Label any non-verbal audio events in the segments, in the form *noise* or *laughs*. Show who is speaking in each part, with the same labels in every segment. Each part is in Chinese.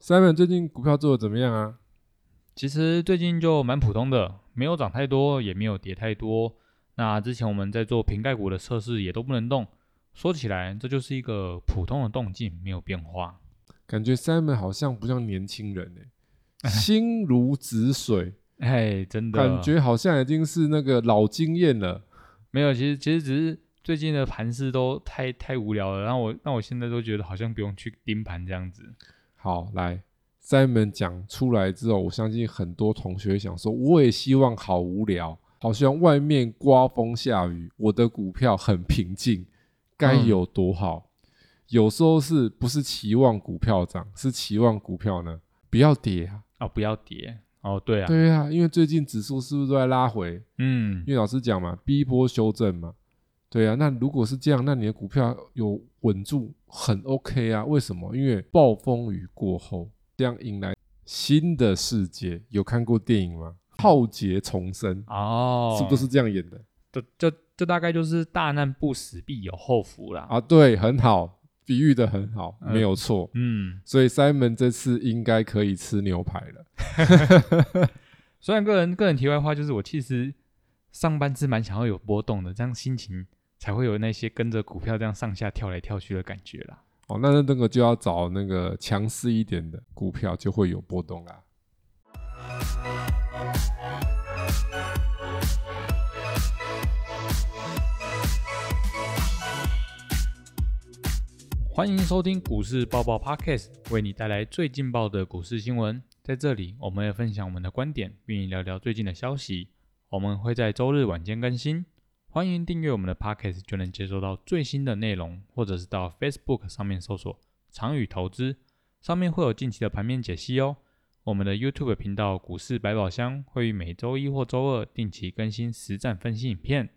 Speaker 1: Simon 最近股票做的怎么样啊？
Speaker 2: 其实最近就蛮普通的，没有涨太多，也没有跌太多。那之前我们在做瓶盖股的测试，也都不能动。说起来，这就是一个普通的动静，没有变化。
Speaker 1: 感觉 Simon 好像不像年轻人
Speaker 2: *laughs*
Speaker 1: 哎、心如止水，
Speaker 2: 哎，真的
Speaker 1: 感觉好像已经是那个老经验了。
Speaker 2: 没有。其实其实只是最近的盘势都太太无聊了，让我让我现在都觉得好像不用去盯盘这样子。
Speaker 1: 好，来 Simon 讲出来之后，我相信很多同学想说，我也希望好无聊，好像外面刮风下雨，我的股票很平静，该
Speaker 2: 嗯
Speaker 1: 有多好？有时候是不是期望股票涨，是期望股票呢不要跌啊？
Speaker 2: 啊、不要跌。哦，对啊，
Speaker 1: 对啊，因为最近指数是不是都在拉回？
Speaker 2: 嗯
Speaker 1: 因为老师讲嘛，第一波修正嘛，对啊。那如果是这样，那你的股票有稳住，很 OK 啊。为什么？因为暴风雨过后，这样迎来新的世界。有看过电影吗？浩劫重生，
Speaker 2: 哦，
Speaker 1: 是不是这样演的
Speaker 2: 这这这大概就是大难不死必有后福啦。
Speaker 1: 啊？对，很好，比喻的很好，
Speaker 2: 嗯
Speaker 1: 没有错。
Speaker 2: 嗯，
Speaker 1: 所以 Simon 这次应该可以吃牛排了。
Speaker 2: 虽然个人个人题外话，就是我其实上班是蛮想要有波动的，这样心情才会有那些跟着股票这样上下跳来跳去的感觉啦。
Speaker 1: 哦，那那个就要找那个强势一点的股票，就会有波动啦。
Speaker 2: 欢迎收听股市爆爆 Podcast，为你带来最劲爆的股市新闻。在这里，我们也分享我们的观点，并聊聊最近的消息。我们会在周日晚间更新，欢迎订阅我们的 Podcast，就能接收到最新的内容，或者是到 Facebook 上面搜索“长宇投资”，上面会有近期的盘面解析哦。我们的 YouTube 频道“股市百宝箱”会于每周一或周二定期更新实战分析影片。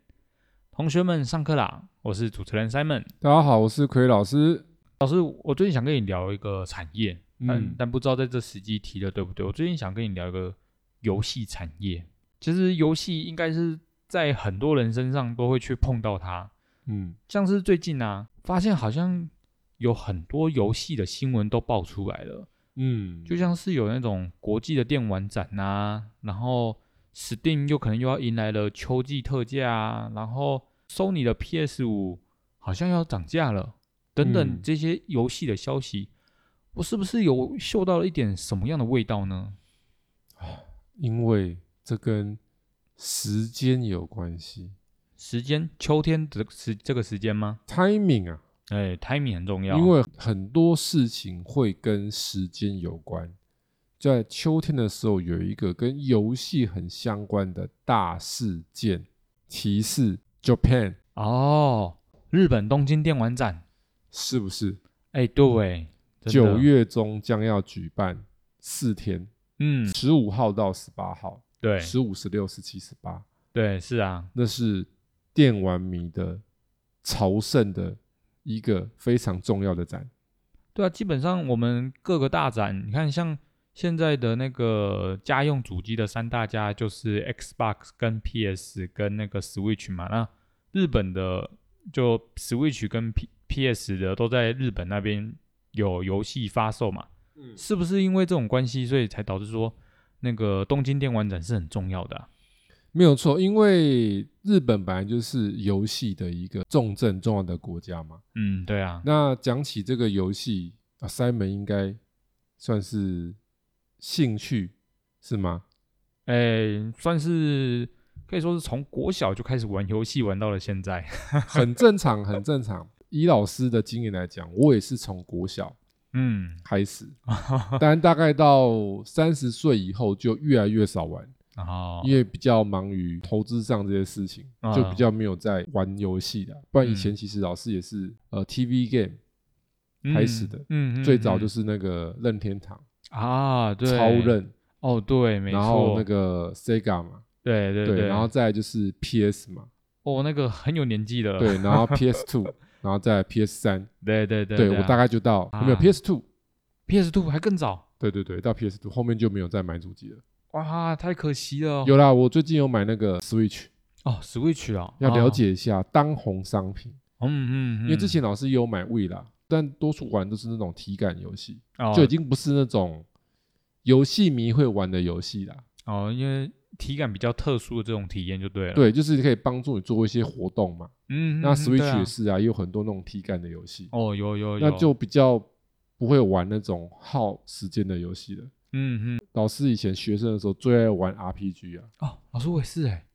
Speaker 2: 同学们，上课啦！我是主持人 Simon。
Speaker 1: 大家好，我是奎老师。
Speaker 2: 老师，我最近想跟你聊一个产业，但但不知道在这时机提的对不对。我最近想跟你聊一个游戏产业，其实游戏应该是在很多人身上都会去碰到它，
Speaker 1: 嗯，
Speaker 2: 像是最近啊，发现好像有很多游戏的新闻都爆出来了，
Speaker 1: 嗯，
Speaker 2: 就像是有那种国际的电玩展啊，然后 Steam 又可能又要迎来了秋季特价啊，然后 Sony 的 PS 五好像要涨价了，等等
Speaker 1: 嗯
Speaker 2: 这些游戏的消息，我是不是有嗅到了一点什么样的味道呢？
Speaker 1: 因为这跟时间有关系
Speaker 2: 时间，秋天这个时这个时间吗？
Speaker 1: ，timing 啊，
Speaker 2: 哎，timing 很重要，
Speaker 1: 因为很多事情会跟时间有关。在秋天的时候，有一个跟游戏很相关的大事件，提示 Japan
Speaker 2: 哦，日本东京电玩展，
Speaker 1: 是不是
Speaker 2: 哎，对，真的
Speaker 1: 九，月中将要举办四天，
Speaker 2: 嗯，
Speaker 1: 十五号到十八号，
Speaker 2: 对
Speaker 1: 十五、十六、十七、十八，
Speaker 2: 对，是啊，
Speaker 1: 那是电玩迷的朝圣的一个非常重要的展。
Speaker 2: 对啊，基本上我们各个大展，你看像现在的那个家用主机的三大家就是 Xbox 跟 PS 跟那个 Switch 嘛，那日本的就 Switch 跟 P PS 的都在日本那边有游戏发售嘛，
Speaker 1: 嗯
Speaker 2: 是不是因为这种关系，所以才导致说那个东京电玩展是很重要的啊、
Speaker 1: 没有错，因为日本本来就是游戏的一个重镇重要的国家嘛。
Speaker 2: 嗯，对啊，
Speaker 1: 那讲起这个游戏啊，Simon 应该算是兴趣是吗？
Speaker 2: 哎，算是可以说是从国小就开始玩游戏，玩到了现在。
Speaker 1: 很正常，很正常。以老师的经验来讲，我也是从国小
Speaker 2: 嗯，
Speaker 1: 开
Speaker 2: *laughs*
Speaker 1: 始，当然大概到三十岁以后就越来越少玩，
Speaker 2: 然后
Speaker 1: 因为比较忙于投资上这些事情，
Speaker 2: 啊
Speaker 1: 就比较没有在玩游戏的。不然以前
Speaker 2: 嗯
Speaker 1: 其实老师也是呃 TV game，开始的
Speaker 2: 嗯，嗯
Speaker 1: 最早就是是那个任天堂、
Speaker 2: 啊，对，
Speaker 1: 超任，
Speaker 2: 哦，对，没错，
Speaker 1: 然后那个 Sega 嘛，
Speaker 2: 对对对，
Speaker 1: 然后再来就是 PS 嘛，
Speaker 2: 哦，那个很有年纪的， *laughs*
Speaker 1: 对，然后 PS Two，然后再来 PS 三，
Speaker 2: 对对对
Speaker 1: 对我大
Speaker 2: 概
Speaker 1: 概就到
Speaker 2: 啊
Speaker 1: 没有 PS Two，
Speaker 2: PS Two 还更早，
Speaker 1: 对对对，到 PS Two 后面就没有再买主机了。
Speaker 2: 哇，太可惜了，
Speaker 1: 有啦，我最近有买那个 Switch，
Speaker 2: 哦，Switch 了，
Speaker 1: 要
Speaker 2: 哦
Speaker 1: 了，解一下当红商品，
Speaker 2: 嗯嗯，嗯
Speaker 1: 因为之前老师也有买 w i 啦，但多数玩都是那种体感游戏，
Speaker 2: 哦
Speaker 1: 就已经不是那种游戏迷会玩的游戏啦。
Speaker 2: 哦，因为体感比较特殊的这种体验就对了。，啊
Speaker 1: 对，就是可以帮助你做一些活动嘛。
Speaker 2: 嗯，
Speaker 1: 那
Speaker 2: 嗯对
Speaker 1: Switch
Speaker 2: 啊
Speaker 1: 也是啊，也有很多那种体感的游戏，
Speaker 2: 哦，有有有，
Speaker 1: 那就比较不会玩那种耗时间的游戏了。
Speaker 2: 嗯嗯，
Speaker 1: 老师以前学生的时候最爱玩 RPG 啊
Speaker 2: 哦，老师我也是哎、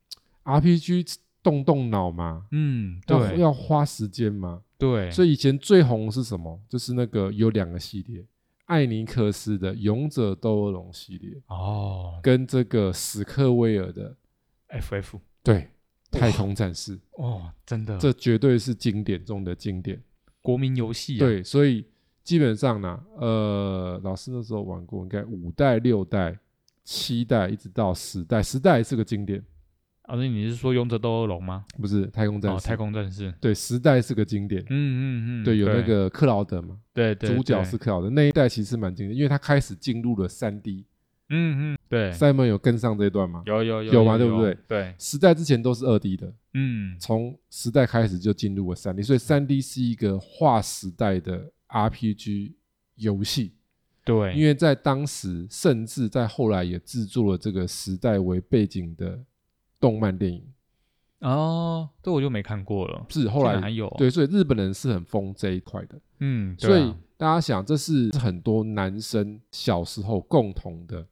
Speaker 1: ，RPG 动动脑嘛，
Speaker 2: 嗯，
Speaker 1: 要
Speaker 2: 对
Speaker 1: 要花时间嘛。
Speaker 2: 对，
Speaker 1: 所
Speaker 2: 以
Speaker 1: 以以前最红的是什么？就是那个有两个系列，艾尼克斯的《勇者斗恶龙》系列，
Speaker 2: 哦
Speaker 1: 跟这个史克威尔的
Speaker 2: ，FF，
Speaker 1: 对《太空战士》，
Speaker 2: 哦，真的，
Speaker 1: 这绝对是经典中的经典。
Speaker 2: 国民游戏、啊，，
Speaker 1: 对，所以基本上呢，呃，老师那时候玩过，应该五代、六代、七代，一直到十代，十代是个经典，
Speaker 2: 老师你是说勇者斗恶龙吗？
Speaker 1: 不是太空战
Speaker 2: 哦，
Speaker 1: 士，
Speaker 2: 太空战士，
Speaker 1: 对，十代是个经典。
Speaker 2: 嗯嗯嗯，
Speaker 1: 对，有那个克劳德嘛，
Speaker 2: 对对
Speaker 1: 主角
Speaker 2: 对
Speaker 1: 是克劳德那一代其实蛮经典，因为他开始进入了三 D。
Speaker 2: 嗯嗯，对，
Speaker 1: Simon 有跟上这一段吗？
Speaker 2: 有有有
Speaker 1: 有嘛对不对？
Speaker 2: 对，
Speaker 1: 十代之前都是二 D 的，
Speaker 2: 嗯，
Speaker 1: 从时代开始就进入了三 D，所以三 D 是一个划时代的 RPG 游戏，
Speaker 2: 对，
Speaker 1: 因为在当时，甚至在后来也制作了这个时代为背景的动漫电影，
Speaker 2: 哦，这我就没看过了。
Speaker 1: 是后
Speaker 2: 竟然还
Speaker 1: 来
Speaker 2: 有，
Speaker 1: 对，所以日本人是很疯这一块的，
Speaker 2: 嗯，
Speaker 1: 所
Speaker 2: 对啊
Speaker 1: 以大家想，这是很多男生小时候共同的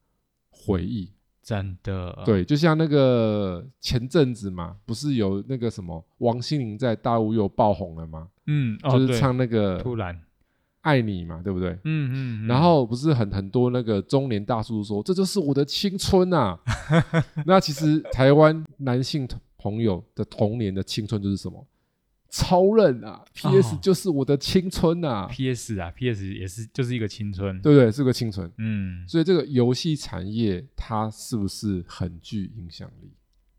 Speaker 1: 回忆，
Speaker 2: 真的，
Speaker 1: 对，就像那个前阵子嘛，不是有那个什么王心凌在大陆又爆红了吗？
Speaker 2: 嗯，哦，
Speaker 1: 就是
Speaker 2: 对
Speaker 1: 唱那个
Speaker 2: 突然，
Speaker 1: 爱你嘛，对不对？
Speaker 2: 嗯嗯，嗯
Speaker 1: 然后不是很很多那个中年大叔说，这就是我的青春呐、那其实台湾男性朋友的童年的青春就是什么？超人啊，PS
Speaker 2: 哦
Speaker 1: 就是我的青春呐、
Speaker 2: P.S. 啊，P.S. 也是就是一个青春，
Speaker 1: 对不对？是个青春。
Speaker 2: 嗯，
Speaker 1: 所以这个游戏产业它是不是很具影响力？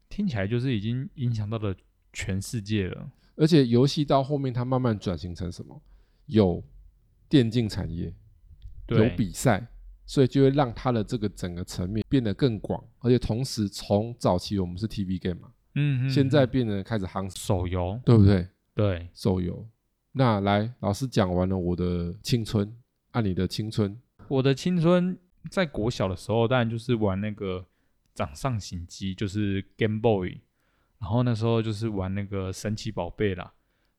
Speaker 2: 听起来就是已经影响到了全世界了。
Speaker 1: 而且游戏到后面它慢慢转型成什么？有电竞产业，有
Speaker 2: 对，
Speaker 1: 比赛，所以就会让它的这个整个层面变得更广，而且同时从早期我们是 TV game 嘛，
Speaker 2: 嗯，嗯
Speaker 1: 现在
Speaker 2: 嗯
Speaker 1: 变得开始夯，
Speaker 2: 手游，
Speaker 1: 对不对？
Speaker 2: 对，
Speaker 1: 手游。那来，老师讲完了我的青春，按、你的青春，
Speaker 2: 我的青春在国小的时候，当然就是玩那个掌上型机，就是 Game Boy，然后那时候就是玩那个神奇宝贝啦，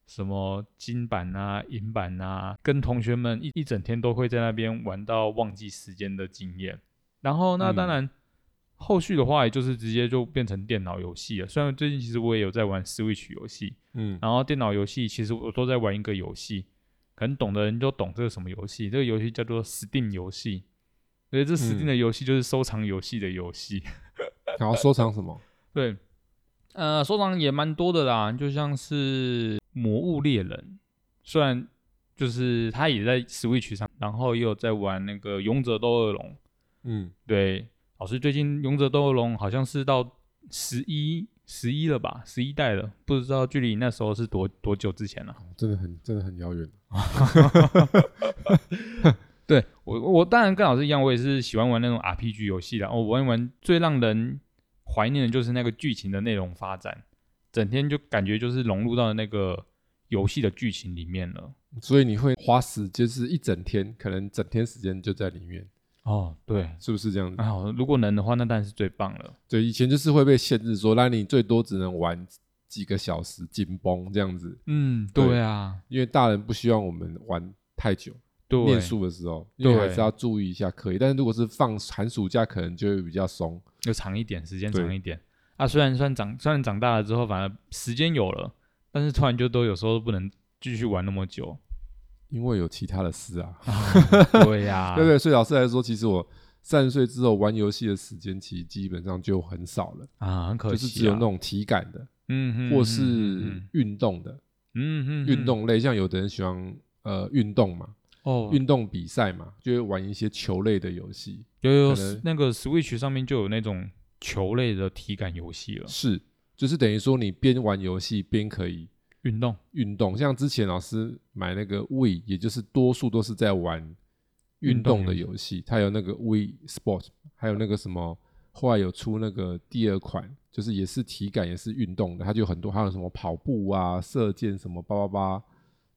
Speaker 2: 什么金版啊、银版啊，跟同学们一一整天都会在那边玩到忘记时间的经验。然后那
Speaker 1: 嗯
Speaker 2: 当然。后续的话，也就是直接就变成电脑游戏了。虽然最近其实我也有在玩 Switch 游戏，
Speaker 1: 嗯，
Speaker 2: 然后电脑游戏其实我都在玩一个游戏，可能懂的人就懂这个什么游戏，这个游戏叫做 Steam 游戏。所以这 Steam
Speaker 1: 嗯
Speaker 2: 的游戏就是收藏游戏的游戏， *laughs*
Speaker 1: 然后收藏什么？
Speaker 2: 对，呃，收藏也蛮多的啦，就像是《魔物猎人》，虽然就是他也在 Switch 上，然后也有在玩那个《勇者斗恶龙》，
Speaker 1: 嗯，
Speaker 2: 对，老师最近《勇者斗恶龙》好像是到十一十一了吧，十一代了，不知道距离那时候是多多久之前了、
Speaker 1: 真的很真的很遥远。
Speaker 2: 对我，我当然跟老师一样，我也是喜欢玩那种 RPG 游戏的。我玩一玩最让人怀念的就是那个剧情的内容发展，整天就感觉就是融入到那个游戏的剧情里面了。
Speaker 1: 所以你会花时间是一整天，可能整天时间就在里面，
Speaker 2: 哦，对，
Speaker 1: 是不是这样子？
Speaker 2: 那好，如果能的话，那当然是最棒了。
Speaker 1: 对，以前就是会被限制说，那你最多只能玩几个小时，紧绷这样子，
Speaker 2: 嗯，
Speaker 1: 对
Speaker 2: 对啊，
Speaker 1: 因为大人不希望我们玩太久。
Speaker 2: 对，
Speaker 1: 念书的时候，因为
Speaker 2: 对
Speaker 1: 还是要注意一下课业。但是如果是放寒暑假，可能就会比较松。
Speaker 2: 就长一点，时间
Speaker 1: 对
Speaker 2: 长一点。啊，虽然算长，虽然长大了之后，反而时间有了，但是突然就都有时候不能继续玩那
Speaker 1: *laughs*
Speaker 2: 么久。
Speaker 1: 因为有其他的事啊，
Speaker 2: 对呀、
Speaker 1: *laughs* 对不对？所以老师来说，其实我三十岁之后玩游戏的时间，其实基本上就很少了，
Speaker 2: 啊，很可
Speaker 1: 就
Speaker 2: 惜、
Speaker 1: 是
Speaker 2: 啊，
Speaker 1: 只有那种体感的，
Speaker 2: 嗯，嗯
Speaker 1: 或
Speaker 2: 嗯
Speaker 1: 是
Speaker 2: 嗯
Speaker 1: 运动的、
Speaker 2: 嗯嗯
Speaker 1: 运动类，像有的人喜欢呃运动嘛，
Speaker 2: 哦，
Speaker 1: 运动比赛嘛，就会玩一些球类的游戏。
Speaker 2: 有有
Speaker 1: 可能
Speaker 2: 那个 Switch 上面就有那种球类的体感游戏了，
Speaker 1: 是，就是等于说你边玩游戏边可以
Speaker 2: 运动
Speaker 1: 运动，像之前老师买那个 We，也就是多数都是在玩运
Speaker 2: 运动
Speaker 1: 动的
Speaker 2: 游
Speaker 1: 游戏，它有那个 We Sport，还有那个什么，后来有出那个第二款，就是也是体感也是运动的，它就有很多，还有什么跑步啊、射箭什么叭叭叭，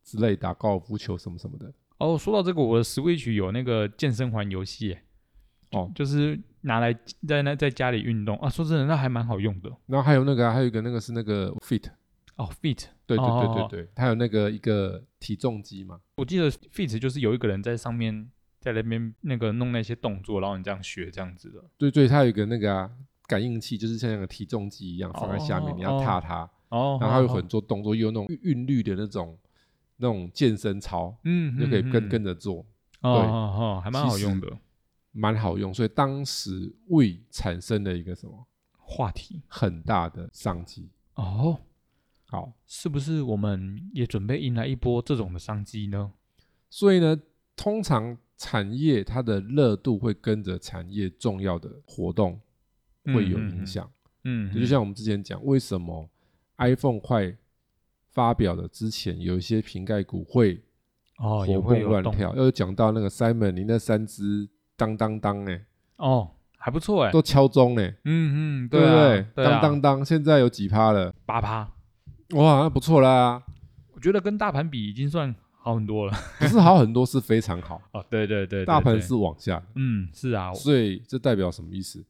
Speaker 1: 之类，打高尔夫球什么什么的。
Speaker 2: 哦，说到这个，我的 Switch 有那个健身环游戏耶，
Speaker 1: 哦，
Speaker 2: 就是拿来在那在家里运动啊。说真的，那还蛮好用的
Speaker 1: 然后还有那个啊、还有一个那个是那个 Fit，
Speaker 2: 哦。Fit，
Speaker 1: 对对对
Speaker 2: 哦
Speaker 1: 对对，还有那个一个体重机嘛。
Speaker 2: 我记得 Fit 就是有一个人在上面在那边那个弄那些动作，然后你这样学这样子的。
Speaker 1: 对对，它有一个那个、啊、感应器，就是像那个体重机一样放在下面，
Speaker 2: 哦
Speaker 1: 你要踏它，
Speaker 2: 哦，
Speaker 1: 然后它有
Speaker 2: 好
Speaker 1: 很
Speaker 2: 好
Speaker 1: 多动作，又有那种韵律的那种那种健身操，
Speaker 2: 嗯，
Speaker 1: 你就可以
Speaker 2: 嗯
Speaker 1: 跟
Speaker 2: 嗯
Speaker 1: 跟着做，
Speaker 2: 哦
Speaker 1: 对
Speaker 2: 哦哦，还蛮
Speaker 1: 其
Speaker 2: 好用
Speaker 1: 实
Speaker 2: 的
Speaker 1: 蛮好用。所以当时胃产生了一个什么
Speaker 2: 话题
Speaker 1: 很大的商机。
Speaker 2: 哦。
Speaker 1: 好，
Speaker 2: 是不是我们也准备迎来一波这种的商机呢？
Speaker 1: 所以呢，通常产业它的热度会跟着产业重要的活动会有影响。
Speaker 2: 嗯，嗯，嗯
Speaker 1: 就像我们之前讲，为什么 iPhone 快发表的之前，有一些瓶盖股会
Speaker 2: 哦，也
Speaker 1: 活
Speaker 2: 会
Speaker 1: 蹦
Speaker 2: 有
Speaker 1: 乱
Speaker 2: 动
Speaker 1: 跳？又讲到那个 Simon，你那三只当当当哎、
Speaker 2: 哦，还不错哎。
Speaker 1: 都敲钟哎、
Speaker 2: 嗯嗯，
Speaker 1: 对不
Speaker 2: 啊，对
Speaker 1: 当
Speaker 2: 啊
Speaker 1: 当当，现在有几趴了？
Speaker 2: 八趴，
Speaker 1: 哇，那不错
Speaker 2: *laughs*
Speaker 1: 啦，
Speaker 2: 我觉得跟大盘比已经算好很多了。 *laughs*
Speaker 1: 不是好很多，是非常好。
Speaker 2: 哦，对对对，对
Speaker 1: 大盘
Speaker 2: 对
Speaker 1: 是往下的，
Speaker 2: 嗯是啊，
Speaker 1: 所以这代表什么意思？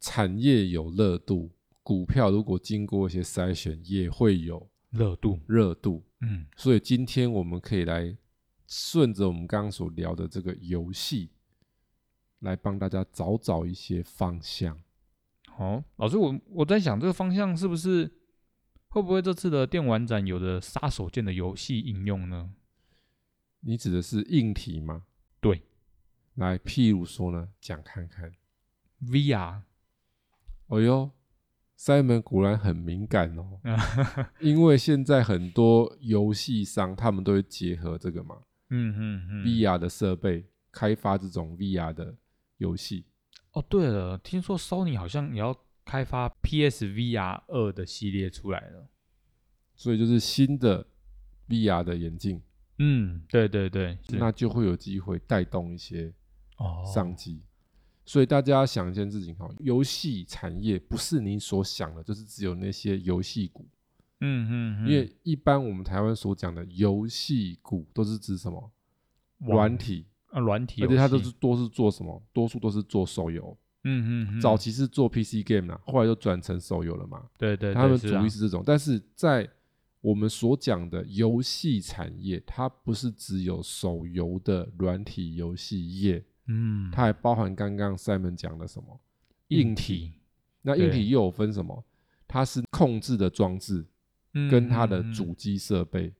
Speaker 1: 产业有热度，股票如果经过一些筛选，也会有
Speaker 2: 热度，
Speaker 1: 热度。
Speaker 2: 嗯
Speaker 1: 所以今天我们可以来顺着我们刚刚所聊的这个游戏，来帮大家找找一些方向。
Speaker 2: 哦，老师我我在想这个方向是不是会不会这次的电玩展有的杀手锏的游戏应用呢？
Speaker 1: 你指的是硬体吗？
Speaker 2: 对。
Speaker 1: 来，譬如说呢，讲看看。
Speaker 2: *laughs* VR
Speaker 1: 哦哟，Simon 果然很敏感哦，
Speaker 2: 啊，
Speaker 1: 因为现在很多游戏商他们都会结合这个嘛、
Speaker 2: 嗯嗯嗯
Speaker 1: v r 的设备开发这种 VR 的游戏。
Speaker 2: 哦，对了，听说 Sony 好像也要开发 PSVR 二的系列出来了。
Speaker 1: 所以就是新的 VR 的眼镜，
Speaker 2: 嗯，对对对，是
Speaker 1: 那就会有机会带动一些
Speaker 2: 哦
Speaker 1: 商机。所以大家想一件事情哈，游戏产业不是你所想的，就是只有那些游戏股，
Speaker 2: 嗯嗯，嗯
Speaker 1: 因为一般我们台湾所讲的游戏股都是指什么
Speaker 2: 网
Speaker 1: 软体，
Speaker 2: 啊软体
Speaker 1: 而
Speaker 2: 游
Speaker 1: 且
Speaker 2: 戏，
Speaker 1: 它都是多是做什么，多数都是做手游。
Speaker 2: 嗯嗯嗯，
Speaker 1: 早期是做 PC game 啦，后来就转成手游了嘛。
Speaker 2: 对对，
Speaker 1: 他
Speaker 2: 对
Speaker 1: 们
Speaker 2: 是
Speaker 1: 主
Speaker 2: 啊
Speaker 1: 力是这种，但是在我们所讲的游戏产业，它不是只有手游的软体游戏业，
Speaker 2: 嗯，
Speaker 1: 它还包含刚刚 Simon 讲的什么？
Speaker 2: 硬
Speaker 1: 硬
Speaker 2: 体
Speaker 1: 那
Speaker 2: 对
Speaker 1: 硬体又有分什么？它是控制的装置，跟它的
Speaker 2: 嗯嗯嗯
Speaker 1: 主机设备，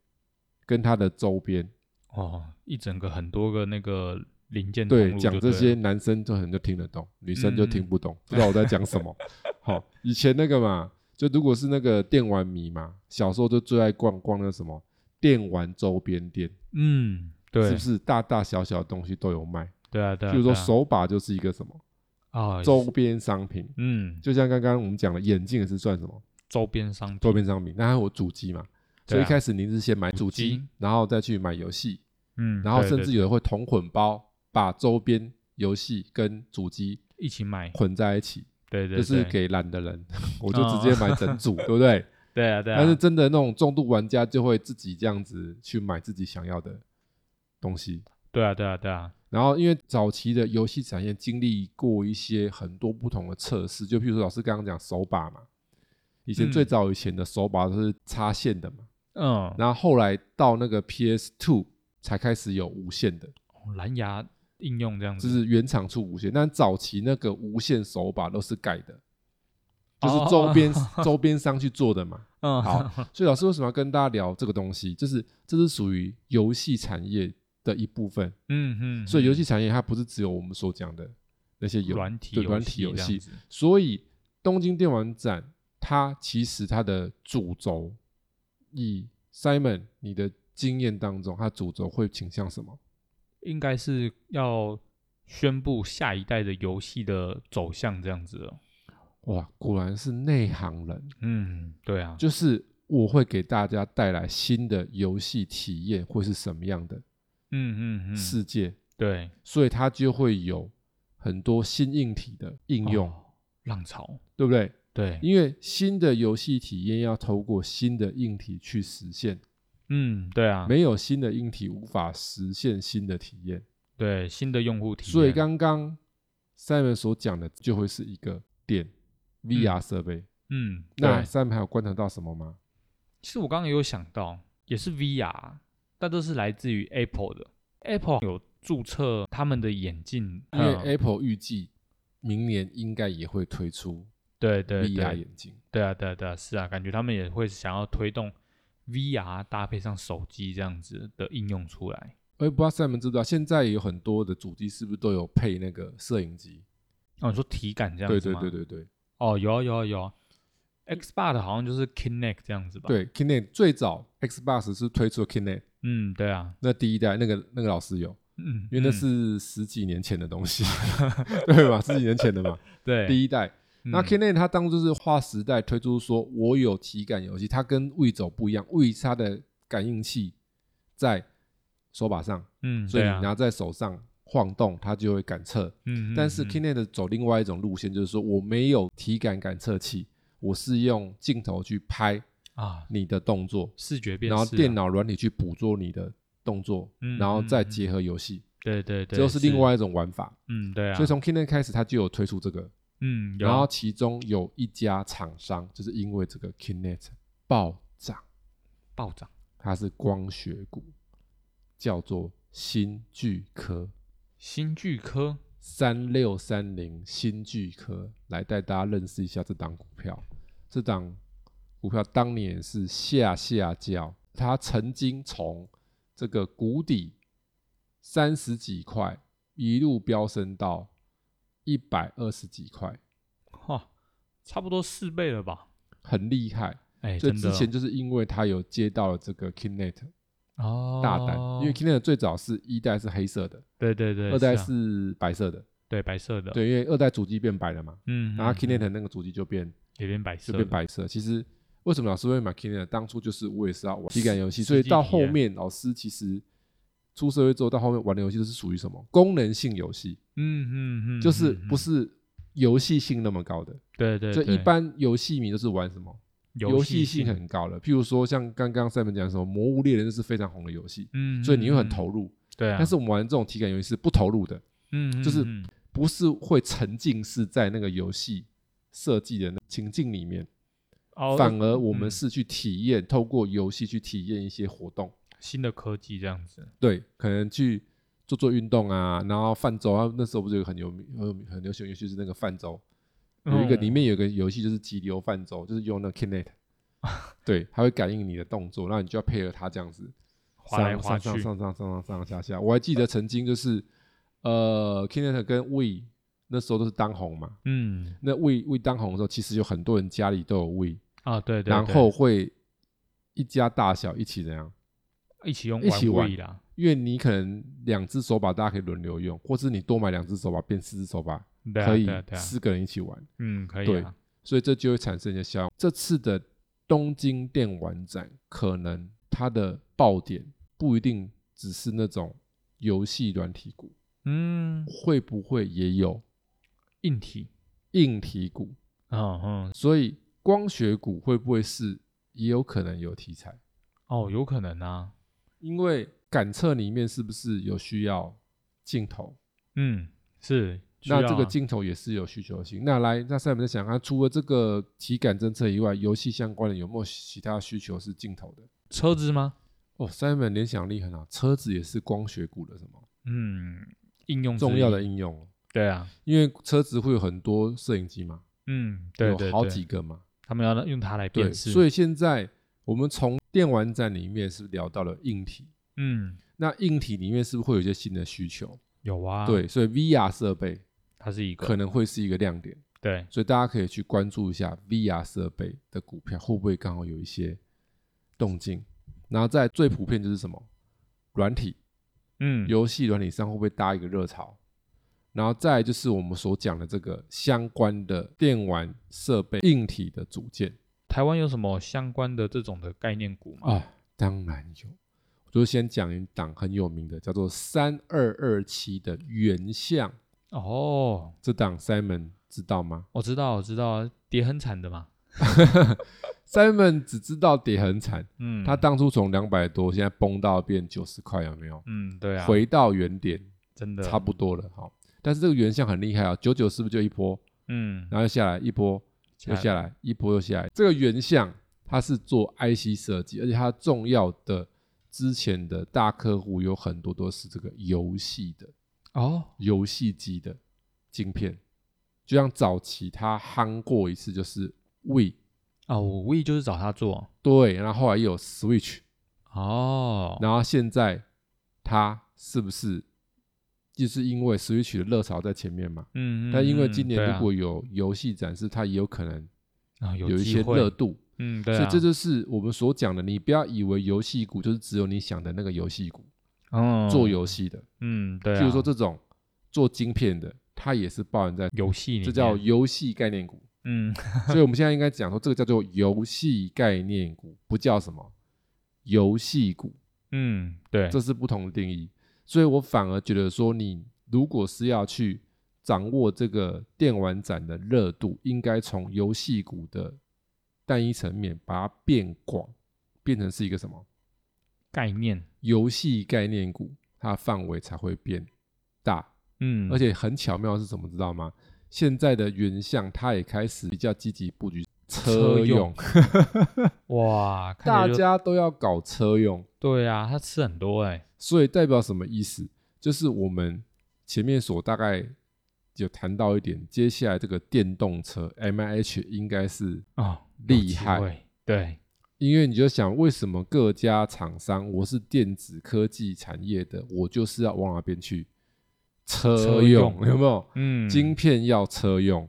Speaker 1: 跟它的周边。
Speaker 2: 哦，一整个很多个那个零件同
Speaker 1: 对，
Speaker 2: 路
Speaker 1: 讲
Speaker 2: 嗯就
Speaker 1: 这
Speaker 2: 了
Speaker 1: 些男生就很就听得懂，女生就
Speaker 2: 嗯
Speaker 1: 听
Speaker 2: 嗯
Speaker 1: 不懂，不知道我在讲什么。好，以前那个嘛，就如果是那个电玩迷嘛，小时候就最爱逛逛那什么电玩周边店，
Speaker 2: 嗯，对，
Speaker 1: 是不是大大小小的东西都有卖？
Speaker 2: 对啊对啊，
Speaker 1: 譬如说
Speaker 2: 对啊
Speaker 1: 手把就是一个什么
Speaker 2: 啊
Speaker 1: 周边商品，
Speaker 2: 嗯
Speaker 1: 就像刚刚我们讲的眼镜也是算什么
Speaker 2: 周边商品
Speaker 1: 周边商品，那还有主机嘛。所以
Speaker 2: 对
Speaker 1: 一
Speaker 2: 啊
Speaker 1: 开始您是先买主
Speaker 2: 机
Speaker 1: 机，然后再去买游戏，
Speaker 2: 嗯，
Speaker 1: 然后
Speaker 2: 对
Speaker 1: 甚
Speaker 2: 对
Speaker 1: 至有人会同混包，把周边游戏跟主机
Speaker 2: 一起买，
Speaker 1: 混在一起，
Speaker 2: 对对，
Speaker 1: 就是
Speaker 2: 对
Speaker 1: 给懒的人， *laughs* 我就直接买整
Speaker 2: *laughs*
Speaker 1: 组，对不对？
Speaker 2: 对啊对啊，
Speaker 1: 但是真的那种重度玩家就会自己这样子去买自己想要的东西。
Speaker 2: 对啊对啊对啊，
Speaker 1: 然后，因为早期的游戏产业经历过一些很多不同的测试，就譬如说老师刚刚讲手把嘛，以前
Speaker 2: 嗯
Speaker 1: 最早以前的手把都是插线的嘛，
Speaker 2: 嗯，
Speaker 1: 然后后来到那个 PS Two 才开始有无线的，
Speaker 2: 嗯蓝牙应用这样
Speaker 1: 就
Speaker 2: 子，
Speaker 1: 是原厂出无线，但早期那个无线手把都是盖的，就是
Speaker 2: 哦
Speaker 1: 周边、 *laughs* 周边商去做的嘛。*laughs*
Speaker 2: 嗯，
Speaker 1: 好，所以老师为什么要跟大家聊这个东西？就是这是属于游戏产业的一部分，
Speaker 2: *laughs* 嗯嗯，
Speaker 1: 所以
Speaker 2: 嗯
Speaker 1: 游戏产业它不是只有我们所讲的那些游
Speaker 2: 软体
Speaker 1: 对软体游
Speaker 2: 游
Speaker 1: 戏，
Speaker 2: 这样子
Speaker 1: 所以东京电玩展它其实它的主轴，以 Simon 你的经验当中，它主轴会倾向什么？
Speaker 2: 应该是要宣布下一代的游戏的走向这样子哦了。
Speaker 1: 哇，果然是内行人，
Speaker 2: 嗯，对啊，
Speaker 1: 就是我会给大家带来新的游戏体验会是什么样的
Speaker 2: 嗯嗯嗯，
Speaker 1: 世界，
Speaker 2: 对
Speaker 1: 所以它就会有很多新硬体的应用，
Speaker 2: 哦浪潮，
Speaker 1: 对不对？
Speaker 2: 对，
Speaker 1: 因为新的游戏体验要透过新的硬体去实现，
Speaker 2: 嗯，对啊，
Speaker 1: 没有新的硬体，无法实现新的体验。
Speaker 2: 对新的用户体验，
Speaker 1: 所以刚刚 Simon 所讲的就会是一个点 VR 设备。
Speaker 2: 嗯，
Speaker 1: 那
Speaker 2: 对
Speaker 1: Simon 还有观察到什么吗？
Speaker 2: 其实我刚刚也有想到，也是 VR，但都是来自于 Apple 的。Apple 有注册他们的眼镜，
Speaker 1: 因为
Speaker 2: 嗯
Speaker 1: Apple 预计明年应该也会推出
Speaker 2: 对对
Speaker 1: VR
Speaker 2: 对
Speaker 1: 眼镜。
Speaker 2: 对啊对啊对啊，是啊，感觉他们也会想要推动 VR 搭配上手机这样子的应用出来。
Speaker 1: 我也不知道 Simon 知不知道，现在有很多的主机是不是都有配那个摄影机？
Speaker 2: 哦，你说体感这样
Speaker 1: 对
Speaker 2: 子
Speaker 1: 对
Speaker 2: 吗？
Speaker 1: 对
Speaker 2: 对。
Speaker 1: 对对
Speaker 2: 哦，有啊有啊有啊，Xbox 好像就是 Kinect 这样子吧？。
Speaker 1: 对，Kinect 最早 Xbox 是推出 Kinect
Speaker 2: 嗯，对啊，
Speaker 1: 那第一代，那个那个老师有，
Speaker 2: 嗯，
Speaker 1: 因为那
Speaker 2: 嗯
Speaker 1: 是十几年前的东西， *laughs* 对吧？十几年前的嘛，
Speaker 2: *laughs* 对
Speaker 1: 第一代。那
Speaker 2: 嗯
Speaker 1: Kinect 它当初是划时代推出，说我有体感游戏，它跟 w 走不一样 w 它的感应器在手把上，
Speaker 2: 嗯，
Speaker 1: 所以
Speaker 2: 对
Speaker 1: 你
Speaker 2: 啊，
Speaker 1: 拿在手上晃动，它就会感测。
Speaker 2: 嗯，嗯
Speaker 1: 但是
Speaker 2: 嗯
Speaker 1: Kinect 走另外一种路线，就是说我没有体感感测器，我是用镜头去拍
Speaker 2: 啊，
Speaker 1: 你的动作，
Speaker 2: 视觉辨识
Speaker 1: 然
Speaker 2: 啊，
Speaker 1: 后电脑软体去捕捉你的动作，
Speaker 2: 嗯
Speaker 1: 然后再
Speaker 2: 嗯嗯
Speaker 1: 结合游戏，
Speaker 2: 对对
Speaker 1: 这
Speaker 2: 对，
Speaker 1: 就是另，外一种玩法。
Speaker 2: 嗯，对啊，
Speaker 1: 所以从 Kinect 开始，它就有推出这个。
Speaker 2: 嗯，有
Speaker 1: 然后其中有一家厂商就是因为这个 Kinect 暴涨，
Speaker 2: 暴涨，
Speaker 1: 它是光学股，叫做新巨科
Speaker 2: 新巨科，
Speaker 1: 三六三零新巨科，来带大家认识一下这档股票。这档股票当年是下下叫，它曾经从这个谷底三十几块一路飙升到一百二十几块，
Speaker 2: 哈，差不多四倍了吧？
Speaker 1: 很厉害。
Speaker 2: 哎，
Speaker 1: 所以
Speaker 2: 真的
Speaker 1: 之前就是因为他有接到了这个 Kinect
Speaker 2: 哦，
Speaker 1: 大单，因为 Kinect 最早是一代是黑色的，
Speaker 2: 对对对，
Speaker 1: 二代
Speaker 2: 是啊
Speaker 1: 是白色的，
Speaker 2: 对白色的，，
Speaker 1: 对，因为二代主机变白了嘛，
Speaker 2: 嗯，
Speaker 1: 然后
Speaker 2: 嗯
Speaker 1: Kinect 那个主机就变
Speaker 2: 也变白色
Speaker 1: 就
Speaker 2: 的，
Speaker 1: 变白色。其实为什么老师会买 Kinect？当初就是我也是要玩体感游戏，所以
Speaker 2: 实际
Speaker 1: 到
Speaker 2: 体
Speaker 1: 后
Speaker 2: 验
Speaker 1: 面老师其实出社会之后，到后面玩的游戏都是属于什么功能性游戏，
Speaker 2: 嗯，嗯嗯嗯，
Speaker 1: 就是
Speaker 2: 嗯
Speaker 1: 不，是游戏性那么高的。
Speaker 2: 对对，
Speaker 1: 所以
Speaker 2: 对
Speaker 1: 一般游戏迷都是玩什么？游戏性，很高的，譬如说像刚刚 Simon 讲的什么《魔物猎人》，就是非常红的游戏，
Speaker 2: 嗯，
Speaker 1: 所以你会很
Speaker 2: 嗯，
Speaker 1: 投入。
Speaker 2: 嗯对啊，
Speaker 1: 但是我们玩这种体感游戏是不投入的，
Speaker 2: 嗯，
Speaker 1: 就是
Speaker 2: 嗯嗯
Speaker 1: 不是会沉浸式在那个游戏设计的那情境里面，
Speaker 2: 哦
Speaker 1: 反而我们
Speaker 2: 嗯
Speaker 1: 是去体验，透过游戏去体验一些活动，
Speaker 2: 新的科技这样子，
Speaker 1: 对，可能去做做运动啊，然后泛舟啊，那时候不是有个很有名、很有名很流行的游戏是那个泛舟，有一个
Speaker 2: 嗯
Speaker 1: 里面有个游戏就是急流泛舟，就是用那个
Speaker 2: *laughs*
Speaker 1: Kinect，对，它会感应你的动作，然后你就要配合它这样子
Speaker 2: 滑
Speaker 1: 上
Speaker 2: 来滑去
Speaker 1: 上，上上上上上上下下。我还记得曾经就是呃 Kinect 跟 We 那时候都是当红嘛，
Speaker 2: 嗯，
Speaker 1: 那 We We 当红的时候，其实有很多人家里都有 We，
Speaker 2: 啊，对对，
Speaker 1: 然
Speaker 2: 对
Speaker 1: 后会一家大小一起怎样？
Speaker 2: 一起用
Speaker 1: 一起玩
Speaker 2: Wii 啦，
Speaker 1: 因为你可能两只手把大家可以轮流用，或是你多买两只手把变四只手把，
Speaker 2: 对啊
Speaker 1: 可以
Speaker 2: 对啊对啊，
Speaker 1: 四个人一起玩。
Speaker 2: 嗯，可以
Speaker 1: 对
Speaker 2: 啊，
Speaker 1: 所以这就会产生一些效应。这次的东京电玩展，可能它的爆点不一定只是那种游戏软体股，
Speaker 2: 嗯，
Speaker 1: 会不会也有
Speaker 2: 硬体，
Speaker 1: 硬体股？
Speaker 2: 嗯嗯，
Speaker 1: 所以光学股会不会是也有可能有题材？
Speaker 2: 哦，有可能啊，
Speaker 1: 因为感测里面是不是有需要镜头？
Speaker 2: 嗯，是。需
Speaker 1: 那
Speaker 2: 要
Speaker 1: 这个
Speaker 2: 啊
Speaker 1: 镜头也是有需求性。那来，那赛本在想，它除了这个体感侦测以外，游戏相关的有没有其他需求是镜头的？
Speaker 2: 车子吗？
Speaker 1: 哦，Simon 联想力很好，车子也是光学股的什么
Speaker 2: 嗯，应用之
Speaker 1: 重要
Speaker 2: 一
Speaker 1: 的应用哦？
Speaker 2: 对啊，
Speaker 1: 因为车子会有很多摄影机嘛，
Speaker 2: 嗯，对对
Speaker 1: 有好
Speaker 2: 对
Speaker 1: 几个嘛，
Speaker 2: 他们要用它来
Speaker 1: 对，
Speaker 2: 辨识，
Speaker 1: 所
Speaker 2: 以
Speaker 1: 以现在我们从电玩展里面是不是聊到了硬体，
Speaker 2: 嗯，
Speaker 1: 那硬体里面是不是会有一些新的需求？
Speaker 2: 有啊，，
Speaker 1: 对，所以 VR 设备
Speaker 2: 它是一个
Speaker 1: 可能会是一个亮点，
Speaker 2: 对，
Speaker 1: 所以大家可以去关注一下 VR 设备的股票会不会刚好有一些动静。然后再最普遍就是什么软体，
Speaker 2: 嗯，
Speaker 1: 游戏软体上会不会搭一个热潮？然后再来就是我们所讲的这个相关的电玩设备硬体的组件
Speaker 2: 台湾有什么相关的这种的概念股吗？
Speaker 1: 啊，当然有。我就先讲一档很有名的，叫做三二二七的原相，
Speaker 2: 哦，
Speaker 1: 这档 Simon 知道吗？
Speaker 2: 我知道，我知道，跌很惨的嘛，
Speaker 1: Simon 只知道跌很惨，
Speaker 2: 嗯，
Speaker 1: 他当初从两百多，现在崩到变九十块，有没有？
Speaker 2: 嗯，对啊，
Speaker 1: 回到原点，
Speaker 2: 真的
Speaker 1: 差不多了。好，但是这个原相很厉害啊，九九是不是就一波，
Speaker 2: 嗯，
Speaker 1: 然后又下来一波，又
Speaker 2: 下
Speaker 1: 下来一波又下来。这个原相它是做 IC 设计，而且它重要的之前的大客户有很多都是这个游戏的
Speaker 2: 哦，
Speaker 1: 游戏机的晶片，就像早期它夯过一次就是 We
Speaker 2: 哦，我无意就是找他做，
Speaker 1: 对，然后后来又有 Switch，
Speaker 2: 哦，
Speaker 1: 然后现在它是不是就是因为 Switch 的热潮在前面嘛？
Speaker 2: 嗯，嗯
Speaker 1: 但因为
Speaker 2: 嗯
Speaker 1: 今
Speaker 2: 对
Speaker 1: 年
Speaker 2: 啊
Speaker 1: 如果有游戏展示，它也有可能
Speaker 2: 啊
Speaker 1: 有一
Speaker 2: 机
Speaker 1: 些
Speaker 2: 会
Speaker 1: 热，度，
Speaker 2: 嗯，对
Speaker 1: 所
Speaker 2: 啊，
Speaker 1: 以这就是我们所讲的。你不要以为游戏股就是只有你想的那个游戏股，
Speaker 2: 嗯
Speaker 1: 做，游戏的，
Speaker 2: 嗯，对啊，
Speaker 1: 譬如说这种做晶片的，它也是包含在，
Speaker 2: 游戏里
Speaker 1: 这叫
Speaker 2: 面
Speaker 1: 游戏概念
Speaker 2: *laughs*
Speaker 1: 股。
Speaker 2: 嗯，
Speaker 1: 所以我们现在应该讲说，这个叫做游戏概念股，不叫什么游戏股。
Speaker 2: 嗯，对，
Speaker 1: 这是不同的定义。所以我反而觉得说，你如果是要去掌握这个电玩展的热度，应该从游戏股的单一层面把它变广，变成是一个什么
Speaker 2: 概念，
Speaker 1: 游戏概念股，它的范围才会变大。
Speaker 2: 嗯，
Speaker 1: 而
Speaker 2: 且
Speaker 1: 且很巧妙的是什么，知道吗？现在的原相，它也开始比较积极布局
Speaker 2: 车
Speaker 1: 车
Speaker 2: 用
Speaker 1: 用， *laughs*
Speaker 2: 哇，看起来
Speaker 1: 大
Speaker 2: 就
Speaker 1: 家都要搞车用。
Speaker 2: 对啊，他吃很多哎，
Speaker 1: 所以代表什么意思？就是我们前面所大概有谈到一点，接下来这个电动车 M I H 应该是，
Speaker 2: 哦，有
Speaker 1: 厉
Speaker 2: 机
Speaker 1: 害
Speaker 2: 会，对，
Speaker 1: 因为你就想为什么各家厂商，我是电子科技产业的，我就是要往哪边去？车
Speaker 2: 车
Speaker 1: 用
Speaker 2: 用
Speaker 1: 有没有？
Speaker 2: 嗯，
Speaker 1: 晶片要车用，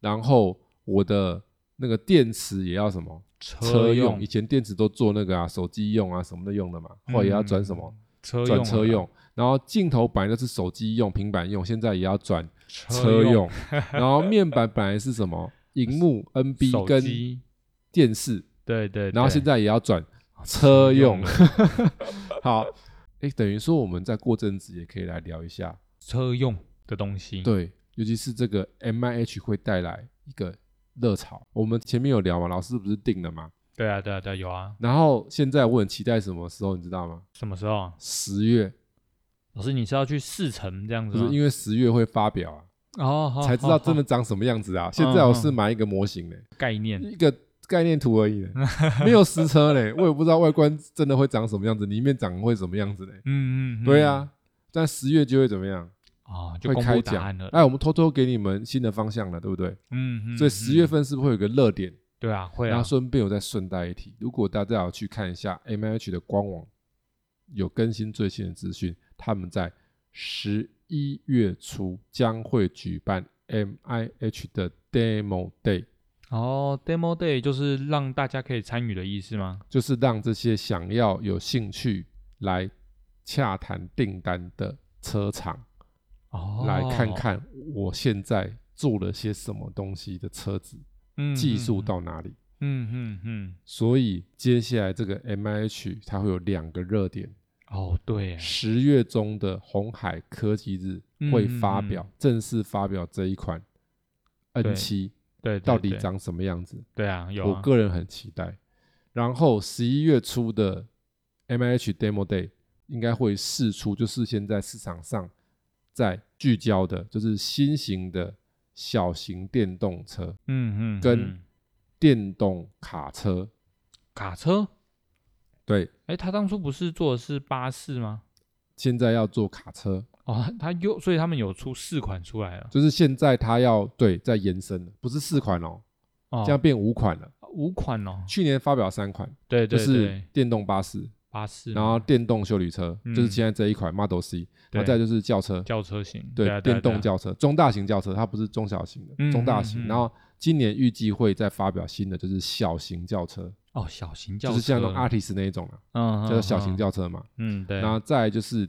Speaker 1: 然后我的那个电池也要什么
Speaker 2: 车
Speaker 1: 用？
Speaker 2: 用
Speaker 1: 以前电池都做那个啊，手机用啊什么的用的嘛，后来也要转
Speaker 2: 嗯
Speaker 1: 什么？
Speaker 2: 车
Speaker 1: 转
Speaker 2: 用啊
Speaker 1: 车
Speaker 2: 了啦
Speaker 1: 用，然后镜头本来就是手机用、平板用，现在也要转
Speaker 2: 车
Speaker 1: 车用，然后面板本来是什
Speaker 2: *laughs*
Speaker 1: 么？荧幕、NB
Speaker 2: 手
Speaker 1: 跟
Speaker 2: 机
Speaker 1: 电视，
Speaker 2: 对对，
Speaker 1: 然后现
Speaker 2: 在
Speaker 1: 在也要转车用
Speaker 2: 用。
Speaker 1: *laughs* 好，哎，等于说我们在过阵子也可以来聊一下，
Speaker 2: 车用的东西，，
Speaker 1: 对，尤其是这个 MIH 会带来一个热潮。我们前面有聊嘛，老师不是定了嘛？
Speaker 2: 对啊对啊对啊，有啊，
Speaker 1: 然后现在我很期待什么时候，你知道吗？
Speaker 2: 什么时候啊？
Speaker 1: 十月，
Speaker 2: 老师，你是要去试乘这样子
Speaker 1: 不
Speaker 2: 吗？
Speaker 1: 是因为十月会发表啊。
Speaker 2: 哦，好
Speaker 1: 才知
Speaker 2: 好
Speaker 1: 道真
Speaker 2: 好
Speaker 1: 的长什么样子啊！现在我是买一个模型嘞，
Speaker 2: 概念，
Speaker 1: 一个概念图而已
Speaker 2: *laughs*
Speaker 1: 嘞，没有实车嘞，我也不知道外观真的会长什么样子，里面长会什么样子嘞。
Speaker 2: 嗯嗯，
Speaker 1: 对啊，但十月就会怎么样？
Speaker 2: 啊，就
Speaker 1: 会
Speaker 2: 公
Speaker 1: 开
Speaker 2: 布答案
Speaker 1: 奖
Speaker 2: 了。。
Speaker 1: 哎，我们偷偷给你们新的方向了，对不对？
Speaker 2: 嗯嗯，
Speaker 1: 所以
Speaker 2: 嗯
Speaker 1: 十月份是不是会有个热点？
Speaker 2: 对啊，会
Speaker 1: 然
Speaker 2: 啊
Speaker 1: 后，顺便我再顺带一提，如果大家有去看一下 M H 的官网，有更新最新的资讯，他们在十一月初将会举办 M I H 的 Demo Day。
Speaker 2: 哦，Demo Day 就是让大家可以参与的意思吗？
Speaker 1: 就是让这些想要有兴趣来洽谈订单的车厂、
Speaker 2: 哦，
Speaker 1: 来看，看我现在做了些什么东西的车子、
Speaker 2: 嗯，
Speaker 1: 技术
Speaker 2: 嗯，
Speaker 1: 到哪里。
Speaker 2: 嗯嗯嗯，
Speaker 1: 所以接下来这个 M I H 它会有两个热点，
Speaker 2: 哦，对耶，
Speaker 1: 十月中的红海科技日会发表、
Speaker 2: 嗯
Speaker 1: 正式发表这一款 N 七
Speaker 2: 对，对
Speaker 1: 到底
Speaker 2: 对
Speaker 1: 长什么样子，
Speaker 2: 对啊，有
Speaker 1: 我
Speaker 2: 啊
Speaker 1: 个人很期待。然后十一月初的 M I H Demo Day 应该会试出，就是现在市场上在聚焦的，就是新型的小型电动车、
Speaker 2: 嗯嗯，
Speaker 1: 跟
Speaker 2: 嗯
Speaker 1: 电动卡车。
Speaker 2: 卡车，
Speaker 1: 对，
Speaker 2: 哎，他当初不是做的是巴士吗？
Speaker 1: 现在要做卡车，
Speaker 2: 哦，他又，所以他们有出四款出来了，
Speaker 1: 就是现在它要对在延伸了，不是四款哦，
Speaker 2: 哦
Speaker 1: 这样变五款了。
Speaker 2: 五款哦，
Speaker 1: 去年发表三款，
Speaker 2: 对
Speaker 1: 就
Speaker 2: 对
Speaker 1: 是
Speaker 2: 对，
Speaker 1: 电动巴士，
Speaker 2: 巴士嘛，
Speaker 1: 然后电动修理车，就是
Speaker 2: 嗯
Speaker 1: 现在这一款 Model C，然
Speaker 2: 对
Speaker 1: 后再就是轿车，
Speaker 2: 轿车型，
Speaker 1: 对，
Speaker 2: 啊
Speaker 1: 电动，
Speaker 2: 啊对啊
Speaker 1: 轿车，中大型轿车，它不是中小型的，
Speaker 2: 嗯
Speaker 1: 中大
Speaker 2: 嗯
Speaker 1: 型。
Speaker 2: 嗯
Speaker 1: 然后今年预计会再发表新的，就是小型轿车，
Speaker 2: 哦，小型轿
Speaker 1: 就
Speaker 2: 车，
Speaker 1: 是像那种 Artis 那一种啊，
Speaker 2: 嗯，
Speaker 1: 叫
Speaker 2: 嗯
Speaker 1: 做小型，轿车嘛。
Speaker 2: 嗯嗯，对，
Speaker 1: 然后再来就是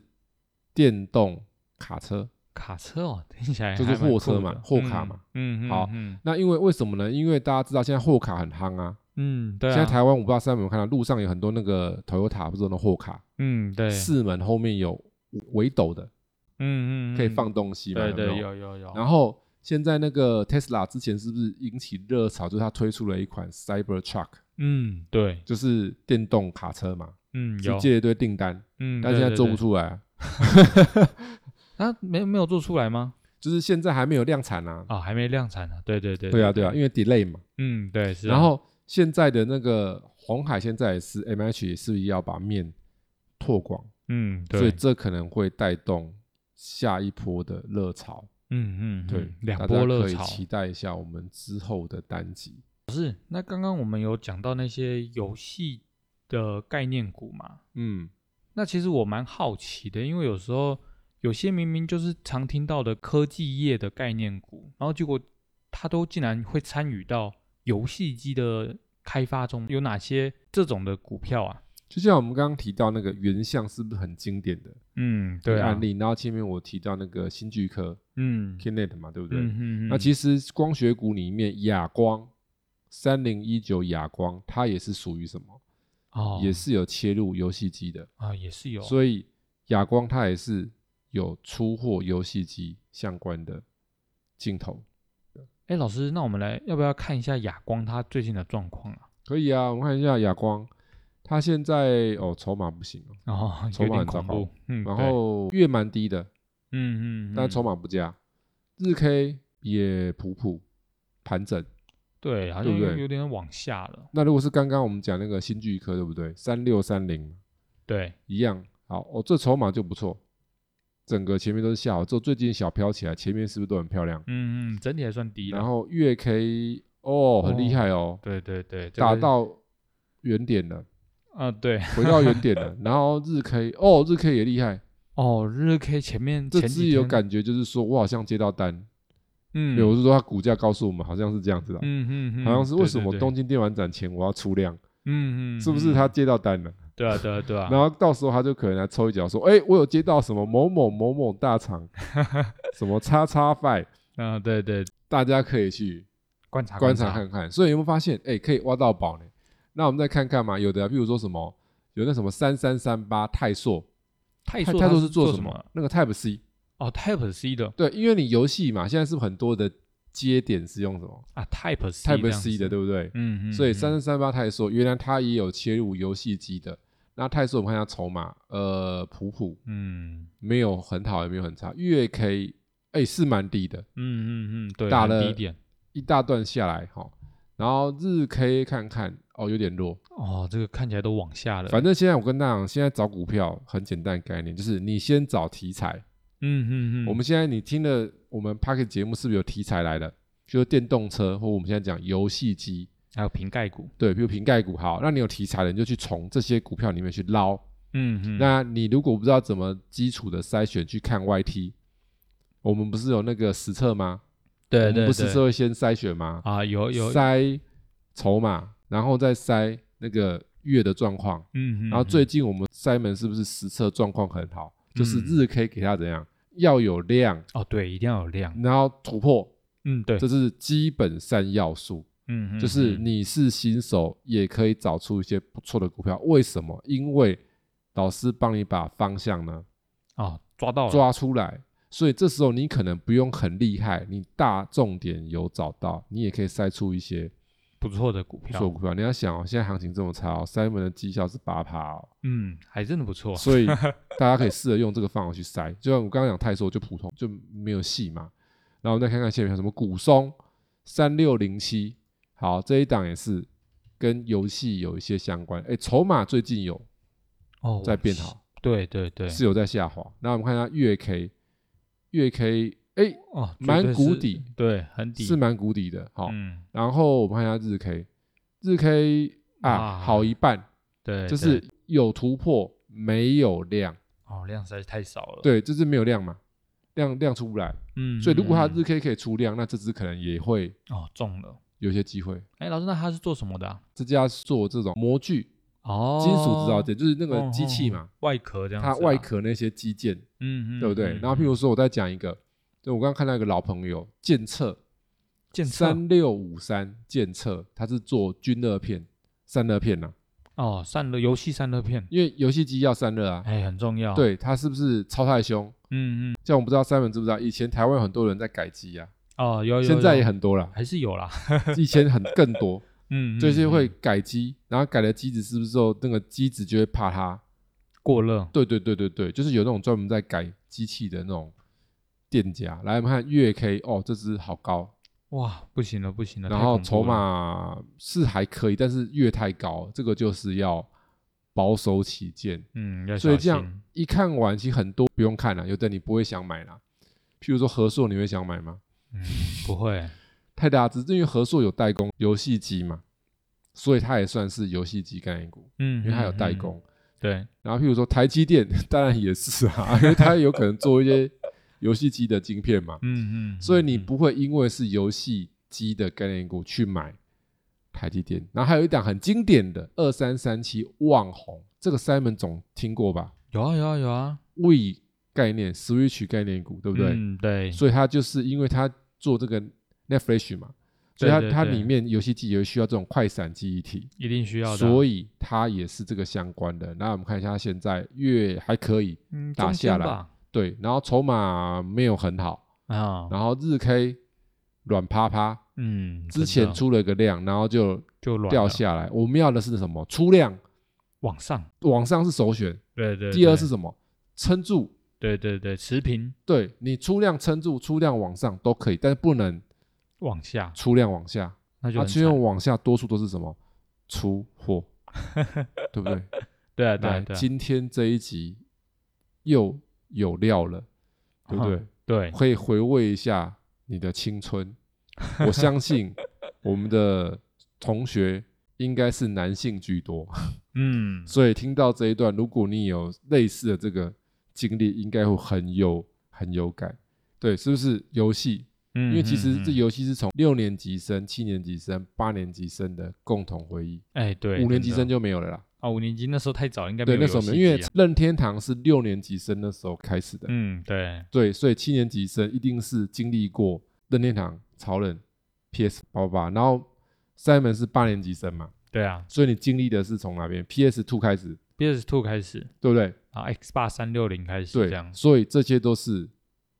Speaker 1: 电动卡车。
Speaker 2: 卡车哦， *laughs* 听起来
Speaker 1: 就是
Speaker 2: 还蛮
Speaker 1: 货车
Speaker 2: 酷
Speaker 1: 嘛
Speaker 2: 的
Speaker 1: 货卡嘛，
Speaker 2: 嗯，嗯
Speaker 1: 好
Speaker 2: 嗯
Speaker 1: 那因为为什么呢？因为大家知道现在货卡很夯啊，
Speaker 2: 嗯，对啊，
Speaker 1: 现在台湾我不知道三有没有看到，路上有很多那个 Toyota 不是有那种货卡，
Speaker 2: 嗯对，
Speaker 1: 四门后面有围斗的，
Speaker 2: 嗯嗯
Speaker 1: 可以
Speaker 2: 嗯
Speaker 1: 放东西嘛，
Speaker 2: 对
Speaker 1: 有没
Speaker 2: 对
Speaker 1: 有
Speaker 2: 有有有，
Speaker 1: 然后现在那个 Tesla 之前是不是引起热潮，就是它推出了一款 Cyber Truck，
Speaker 2: 嗯，对，
Speaker 1: 就是电动卡车嘛，
Speaker 2: 嗯，
Speaker 1: 去
Speaker 2: 有，
Speaker 1: 借一堆订单，
Speaker 2: 嗯，
Speaker 1: 但
Speaker 2: 对
Speaker 1: 现在做不，出来啊，
Speaker 2: 那没没有做出来吗？
Speaker 1: 就是现在还没有量产啊。
Speaker 2: 啊，还没量产呢，对对对，
Speaker 1: 对啊，对啊，因为 delay 嘛。
Speaker 2: 嗯，对，是啊，
Speaker 1: 然后现在的那个红海现在也是 MH 也是要把面拓广，
Speaker 2: 嗯，
Speaker 1: 所以
Speaker 2: 对，
Speaker 1: 这可能会带动下一波的热潮。
Speaker 2: 嗯嗯，
Speaker 1: 对
Speaker 2: 嗯，两
Speaker 1: 大家
Speaker 2: 波热
Speaker 1: 可以
Speaker 2: 潮，
Speaker 1: 期待一下我们之后的单集。
Speaker 2: 那刚刚我们有讲到那些游戏的概念股嘛？
Speaker 1: 嗯，
Speaker 2: 那其实我蛮好奇的，因为有时候有些明明就是常听到的科技业的概念股，然后结果它都竟然会参与到游戏机的开发中，有哪些这种的股票啊？
Speaker 1: 就像我们刚刚提到那个原相，是不是很经典的
Speaker 2: 嗯，
Speaker 1: 一
Speaker 2: 对
Speaker 1: 个
Speaker 2: 啊
Speaker 1: 案，例？然后前面我提到那个新巨科
Speaker 2: 嗯
Speaker 1: Kinet 嘛，对不对？
Speaker 2: 嗯嗯，
Speaker 1: 那
Speaker 2: 实
Speaker 1: 其实光学股里面，亚光三零一九亚光，它也是属于什么？
Speaker 2: 哦
Speaker 1: 也是有切入游戏机的，
Speaker 2: 啊也是有，以
Speaker 1: 所以亚光它也是有出货游戏机相关的镜头。
Speaker 2: 哎，老师，那我们来要不要看一下亚光它最近的状况啊？
Speaker 1: 可以啊，我们看一下亚光，它现在哦筹码不行哦， *laughs*
Speaker 2: 哦，
Speaker 1: 筹
Speaker 2: 有
Speaker 1: 码
Speaker 2: 点
Speaker 1: 很糟
Speaker 2: 恐怖
Speaker 1: 糕，
Speaker 2: 嗯，
Speaker 1: 然
Speaker 2: 对
Speaker 1: 后月蛮低的，
Speaker 2: 嗯嗯，
Speaker 1: 但
Speaker 2: 嗯
Speaker 1: 筹码不佳，日 K 也普普盘整。
Speaker 2: 对，好
Speaker 1: 对
Speaker 2: 像
Speaker 1: 不
Speaker 2: 有
Speaker 1: 对
Speaker 2: 有点往下了。
Speaker 1: 那如果是刚刚我们讲那个新巨科，对不对？三六三零
Speaker 2: 对，
Speaker 1: 一样，好哦，这筹码就不错，整个前面都是下好，这最近小飘起来，前面是不是都很漂亮？
Speaker 2: 嗯嗯，整体还算低的。
Speaker 1: 然后月 K 哦，很厉害哦，
Speaker 2: 对对对，这
Speaker 1: 打
Speaker 2: 个
Speaker 1: 到原点了，
Speaker 2: 啊、对
Speaker 1: 回到原点了。然后日 K 哦，日 K 也厉害，
Speaker 2: 哦，日 K 前面
Speaker 1: 这
Speaker 2: 前
Speaker 1: 只
Speaker 2: 几
Speaker 1: 有
Speaker 2: 天，
Speaker 1: 感觉就是说我好像接到单，
Speaker 2: 嗯
Speaker 1: 对，我是说它股价告诉我们好像是这样子的，
Speaker 2: 嗯嗯嗯，
Speaker 1: 好像是为
Speaker 2: 对
Speaker 1: 什
Speaker 2: 对
Speaker 1: 么
Speaker 2: 对
Speaker 1: 东京电玩展前我要出量，
Speaker 2: 嗯嗯，
Speaker 1: 是不是
Speaker 2: 嗯
Speaker 1: 他？接到单了？
Speaker 2: 对啊对啊对啊，
Speaker 1: 然后到时候他就可能来抽一脚说，哎，我有接到什么某某某某大
Speaker 2: *laughs*
Speaker 1: 厂什么叉叉 five，
Speaker 2: 嗯对对，
Speaker 1: 大家可以去
Speaker 2: 观察
Speaker 1: 观察
Speaker 2: 察，
Speaker 1: 看看。所以有没有发现，哎，可以挖到宝呢？那我们再看看嘛，有的啊，比如说什么有那什么三三三八泰硕，
Speaker 2: 泰
Speaker 1: 泰
Speaker 2: 硕
Speaker 1: 泰
Speaker 2: 它
Speaker 1: 硕
Speaker 2: 是
Speaker 1: 是做
Speaker 2: 做
Speaker 1: 什
Speaker 2: 么啊
Speaker 1: 么？？那个 Type C，
Speaker 2: 哦，Type C 的
Speaker 1: 对，因为你游戏嘛，现在是不是很多的接点是用什么
Speaker 2: 啊，Type C 这
Speaker 1: Type
Speaker 2: 样
Speaker 1: C 的，
Speaker 2: 子，
Speaker 1: 对不对？
Speaker 2: 嗯嗯，
Speaker 1: 所以
Speaker 2: 嗯
Speaker 1: 三三三八泰硕，原来它也有切入游戏机的。那泰硕我们看一下筹码，呃，普普
Speaker 2: 嗯
Speaker 1: 没有很好，也没有很差，月 K 哎、是蛮低的，
Speaker 2: 嗯嗯嗯，对，
Speaker 1: 打
Speaker 2: 蛮
Speaker 1: 了
Speaker 2: 低点
Speaker 1: 一大段下来哈、然后日 K 看看哦，有点弱。
Speaker 2: 哦，这个看起来都往下了，
Speaker 1: 反正现在我跟大家讲，现在找股票很简单的概念，就是你先找题材。
Speaker 2: 嗯嗯嗯，
Speaker 1: 我们现在你听了我们 p a c k e t 节目，是不是有题材来了？就是电动车，或我们现在讲游戏机，
Speaker 2: 还有瓶盖股，
Speaker 1: 对，比如瓶盖股好，那你有题材了，你就去从这些股票里面去捞。
Speaker 2: 嗯嗯，
Speaker 1: 那你如果不知道怎么基础的筛选去看 YT，我们不是有那个实测吗？
Speaker 2: 对
Speaker 1: 我们
Speaker 2: 对
Speaker 1: 不是
Speaker 2: 对
Speaker 1: 会先筛选吗？
Speaker 2: 啊，有有，
Speaker 1: 筛筹码，然后再筛那个月的状况。
Speaker 2: 嗯嗯，
Speaker 1: 然后
Speaker 2: 嗯
Speaker 1: 最近我们筛门是不是实测状况很好？就是
Speaker 2: 嗯
Speaker 1: 日 K 给它怎样要有量，
Speaker 2: 哦对，一定要有量，
Speaker 1: 然后突破，
Speaker 2: 嗯对，
Speaker 1: 这是基本三要素。
Speaker 2: 嗯嗯，
Speaker 1: 就是
Speaker 2: 嗯
Speaker 1: 你是新手，也可以找出一些不错的股票。为什么？因为老师帮你把方向呢
Speaker 2: 哦抓到了，
Speaker 1: 抓出来，所以这时候你可能不用很厉害，你大重点有找到，你也可以筛出一些
Speaker 2: 不错的股
Speaker 1: 不
Speaker 2: 票
Speaker 1: 错，的股票。你要想哦，现在行情这么差哦，Simon 的绩效是八趴哦，
Speaker 2: 嗯，还真的不错，
Speaker 1: 所
Speaker 2: *laughs*
Speaker 1: 以大家可以试着用这个方法去筛。就像我刚刚讲泰硕就普通就没有戏嘛，然后我们再看看下面还有什么股松三六零七，好这一档也是跟游戏有一些相关，哎，筹码最近有
Speaker 2: 哦，
Speaker 1: 在变好，
Speaker 2: 对对对，
Speaker 1: 是有在下滑。那我们看一下月 K，月 K 哎
Speaker 2: 哦，绝
Speaker 1: 蛮
Speaker 2: 对
Speaker 1: 谷
Speaker 2: 是
Speaker 1: 底，
Speaker 2: 对，很底，
Speaker 1: 是蛮谷底的，好，
Speaker 2: 嗯，
Speaker 1: 然后我们看一下日 K，日 K 啊
Speaker 2: 哇
Speaker 1: 好一半，
Speaker 2: 对，
Speaker 1: 就
Speaker 2: 对
Speaker 1: 是有突破没有量，
Speaker 2: 哦，量实在是太少了，，
Speaker 1: 对，就是没有量嘛，量量出不来。
Speaker 2: 嗯，
Speaker 1: 所以如果它
Speaker 2: 嗯
Speaker 1: 日 K 可以出量，那这只可能也会
Speaker 2: 嗯哦中了，
Speaker 1: 有一些机会。
Speaker 2: 哎，老师，那他是做什么的啊？
Speaker 1: 这家做这种模具、
Speaker 2: 哦，
Speaker 1: 金属制造件，就是那个机器嘛，
Speaker 2: 外壳这样子啊，
Speaker 1: 它外壳那些机件，
Speaker 2: 嗯，嗯嗯，
Speaker 1: 对不对？然后譬如说我再讲一个，就我刚刚看到一个老朋友建策
Speaker 2: 剑
Speaker 1: 三六五三建策，它是做均热片、散热片呐、
Speaker 2: 哦，散热游戏散热片，
Speaker 1: 因为游戏机要散热啊。
Speaker 2: 哎，很重要，，
Speaker 1: 对，它是不是超太凶？
Speaker 2: 嗯嗯，
Speaker 1: 像我不知道三文知不知道，以前台湾很多人在改机啊，
Speaker 2: 哦，有有， *laughs*
Speaker 1: 现在
Speaker 2: 有
Speaker 1: 也很多啦，
Speaker 2: 还是有啦， *laughs*
Speaker 1: 以前很更多。
Speaker 2: 嗯，嗯
Speaker 1: 这些会
Speaker 2: 嗯
Speaker 1: 改机，然后改了机子是不是之后，那个机子就会怕它？
Speaker 2: 过热。
Speaker 1: 对对对对对，就是有那种专门在改机器的那种店家。来，我们看月 K，哦，这只好高，
Speaker 2: 哇，不行了，不行了。
Speaker 1: 然
Speaker 2: 太
Speaker 1: 后
Speaker 2: 恐怖
Speaker 1: 筹
Speaker 2: 了，
Speaker 1: 码是还可以，但是月太高，这个就是要保守起见。
Speaker 2: 嗯，要
Speaker 1: 所以
Speaker 2: 小
Speaker 1: 这样
Speaker 2: 心。
Speaker 1: 一看完，其实很多不用看了，有的你不会想买啦。譬如说和硕，你会想买吗？
Speaker 2: 嗯，不会。
Speaker 1: 太大只，因为和硕有代工游戏机嘛，所以它也算是游戏机概念股，
Speaker 2: 嗯，
Speaker 1: 因为它有
Speaker 2: 嗯
Speaker 1: 代
Speaker 2: 嗯
Speaker 1: 工。
Speaker 2: 对，
Speaker 1: 然后譬如说台积电， *laughs* 当然也是啊，因为它有可能做一些游戏机的晶片嘛，
Speaker 2: 嗯嗯。
Speaker 1: 所以你
Speaker 2: 嗯
Speaker 1: 不会因为是游戏机的概念股去买台积电。然后还有一档很经典的二三三七旺宏，这个 Simon 总听过吧
Speaker 2: 有啊有啊有啊，
Speaker 1: ？We 概念 Switch 概念股，对不对？
Speaker 2: 嗯，对，
Speaker 1: 所以它就是因为它做这个 Netflix 嘛，所以它
Speaker 2: 对对
Speaker 1: 它
Speaker 2: 对
Speaker 1: 里面游戏机也需要这种快闪记忆体。
Speaker 2: 一定需要的。
Speaker 1: 所
Speaker 2: 以，
Speaker 1: 以它也是这个相关的。那我们看一下，它现在月还可以，
Speaker 2: 嗯，
Speaker 1: 打
Speaker 2: 中
Speaker 1: 下
Speaker 2: 间
Speaker 1: 来
Speaker 2: 吧
Speaker 1: 对，然后筹码没有很好，
Speaker 2: 啊，
Speaker 1: 然后日 K 软趴趴，
Speaker 2: 嗯，
Speaker 1: 之
Speaker 2: 真
Speaker 1: 前
Speaker 2: 的
Speaker 1: 出了一个量，然后就
Speaker 2: 就软
Speaker 1: 掉
Speaker 2: 了
Speaker 1: 下来。我们要的是什么？出量，
Speaker 2: 往上，
Speaker 1: 往上是首选，
Speaker 2: 对对。
Speaker 1: 第二
Speaker 2: 对
Speaker 1: 是什么？撑住。
Speaker 2: 对对对，持平
Speaker 1: 对你出量撑住，出量往上都可以，但是不能
Speaker 2: 往下，
Speaker 1: 出量往下。
Speaker 2: 那就
Speaker 1: 啊，
Speaker 2: 很
Speaker 1: 出
Speaker 2: 惨、
Speaker 1: 量往下多数都是什么？出货，对不对？
Speaker 2: 对啊对啊
Speaker 1: 来，
Speaker 2: 对啊
Speaker 1: 今天这一集又有料了，
Speaker 2: 哦
Speaker 1: 对不对？
Speaker 2: 对，
Speaker 1: 可以回味一下你的青春。
Speaker 2: *laughs*
Speaker 1: 我相信我们的同学应该是男性居多，
Speaker 2: 嗯，
Speaker 1: 所以听到这一段，如果你有类似的这个经历，应该会很有很有感。对，是不是游戏？
Speaker 2: 因
Speaker 1: 因为
Speaker 2: 嗯
Speaker 1: 其实这游戏是从六年级生、七年级生、八年级生的共同回忆，
Speaker 2: 哎对，
Speaker 1: 五年
Speaker 2: 真
Speaker 1: 级
Speaker 2: 的
Speaker 1: 生就没有了啦。
Speaker 2: 啊，五年级那时候太早，应该
Speaker 1: 对，
Speaker 2: 有
Speaker 1: 那时候
Speaker 2: 游
Speaker 1: 没
Speaker 2: 戏
Speaker 1: 有，因为
Speaker 2: 机啊
Speaker 1: 任天堂是六年级生那时候开始的，
Speaker 2: 嗯对，
Speaker 1: 对，所以七年级生一定是经历过任天堂、超人、PS 八八，然后 Simon 是八年级生嘛，
Speaker 2: 对啊
Speaker 1: 所以你经历的是从哪边？PS Two 开始，
Speaker 2: ，PS Two 开始
Speaker 1: 对不对？
Speaker 2: 啊，X 八三六零开始这
Speaker 1: 对，
Speaker 2: 样，
Speaker 1: 所以这些都是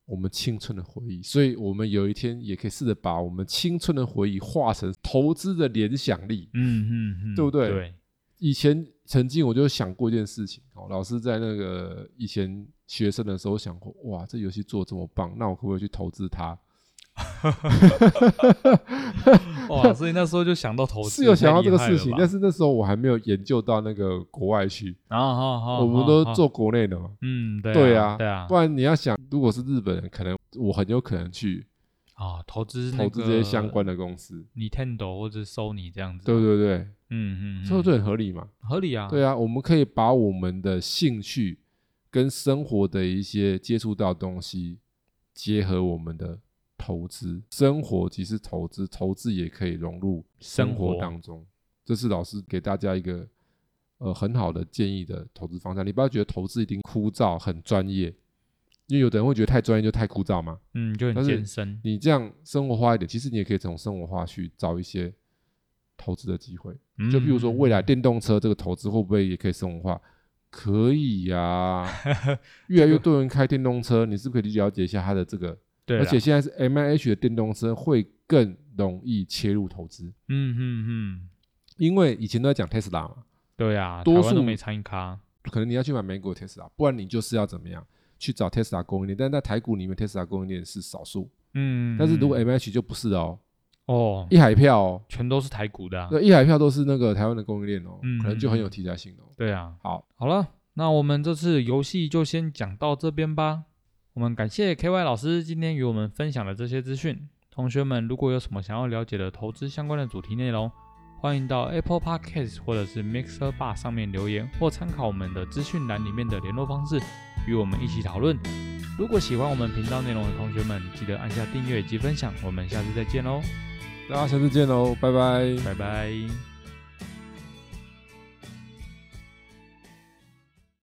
Speaker 1: 我们青春的回忆，所以我们有一天也可以试着把我们青春的回忆化成投资的联想力。
Speaker 2: 嗯嗯嗯，
Speaker 1: 对不对 *laughs*
Speaker 2: 对，
Speaker 1: 以前曾经我就想过一件事情，哦，老师在那个以前学生的时候想过，哇，这游戏做的这么棒，那我可不可以去投资它？
Speaker 2: 哇，所以那时候就想到投资，
Speaker 1: 是有想到
Speaker 2: 太
Speaker 1: 这个
Speaker 2: 厉害
Speaker 1: 事
Speaker 2: 了
Speaker 1: 情
Speaker 2: 吧，
Speaker 1: 但是那时候我还没有研究到那个国外去，
Speaker 2: 啊好好，
Speaker 1: 我们
Speaker 2: 好
Speaker 1: 都
Speaker 2: 好
Speaker 1: 做国内的嘛。
Speaker 2: 嗯对
Speaker 1: 对
Speaker 2: 啊
Speaker 1: 啊
Speaker 2: 对啊
Speaker 1: 不然你要想，如果是日本人，可能我很有可能去
Speaker 2: 啊，投资
Speaker 1: 投资这些相关的公司，
Speaker 2: Nintendo 或者 Sony 这样子，
Speaker 1: 对不，对对，
Speaker 2: 啊嗯嗯，
Speaker 1: 这
Speaker 2: 嗯
Speaker 1: 就很合理嘛。
Speaker 2: 合理啊，
Speaker 1: 对啊，我们可以把我们的兴趣跟生活的一些接触到的东西，结合我们的投资。生活即是投资，投资也可以融入生
Speaker 2: 生活
Speaker 1: 活当中。这是老师给大家一个呃很好的建议的投资方向。你不要觉得投资一定枯燥、很专业，因为有的人会觉得太专业就太枯燥嘛。
Speaker 2: 嗯，就很
Speaker 1: 但是
Speaker 2: 健身，
Speaker 1: 你这样生活化一点，其实你也可以从生活化去找一些投资的机会。就比如说
Speaker 2: 嗯
Speaker 1: 未来电动车这个投资会不会也可以生活化？可以呀、
Speaker 2: *laughs*
Speaker 1: 越来越多人开电动车，你是不是可以去了解一下它的这个？
Speaker 2: 对啦，啊
Speaker 1: 而且现在是 M I H 的电动车会更容易切入投资，
Speaker 2: 嗯嗯嗯，
Speaker 1: 因为以前都在讲 Tesla 嘛，
Speaker 2: 对啊，
Speaker 1: 多
Speaker 2: 台湾都
Speaker 1: 数
Speaker 2: 没参与咖，
Speaker 1: 可能你要去买美国 Tesla，不然你就是要怎么样去找 Tesla 供应链，但在台股里面 Tesla 供应链是少数，
Speaker 2: 嗯，
Speaker 1: 但是如果
Speaker 2: 嗯
Speaker 1: M I H 就不是哦，
Speaker 2: 哦，
Speaker 1: 一海票哦，
Speaker 2: 全都是台股的啊，
Speaker 1: 那一海票都是那个台湾的供应链哦
Speaker 2: 嗯，
Speaker 1: 可能就很有题材性哦。
Speaker 2: 对啊，
Speaker 1: 好，
Speaker 2: 好了，那我们这次游戏就先讲到这边吧。我们感谢 K Y 老师今天与我们分享的这些资讯。同学们，如果有什么想要了解的投资相关的主题内容，欢迎到 Apple Podcast 或者是 Mixer Bar 上面留言，或参考我们的资讯栏里面的联络方式，与我们一起讨论。如果喜欢我们频道内容的同学们，记得按下订阅以及分享。我们下次再见喽，
Speaker 1: 哦大家下次见喽，拜拜。
Speaker 2: 拜拜。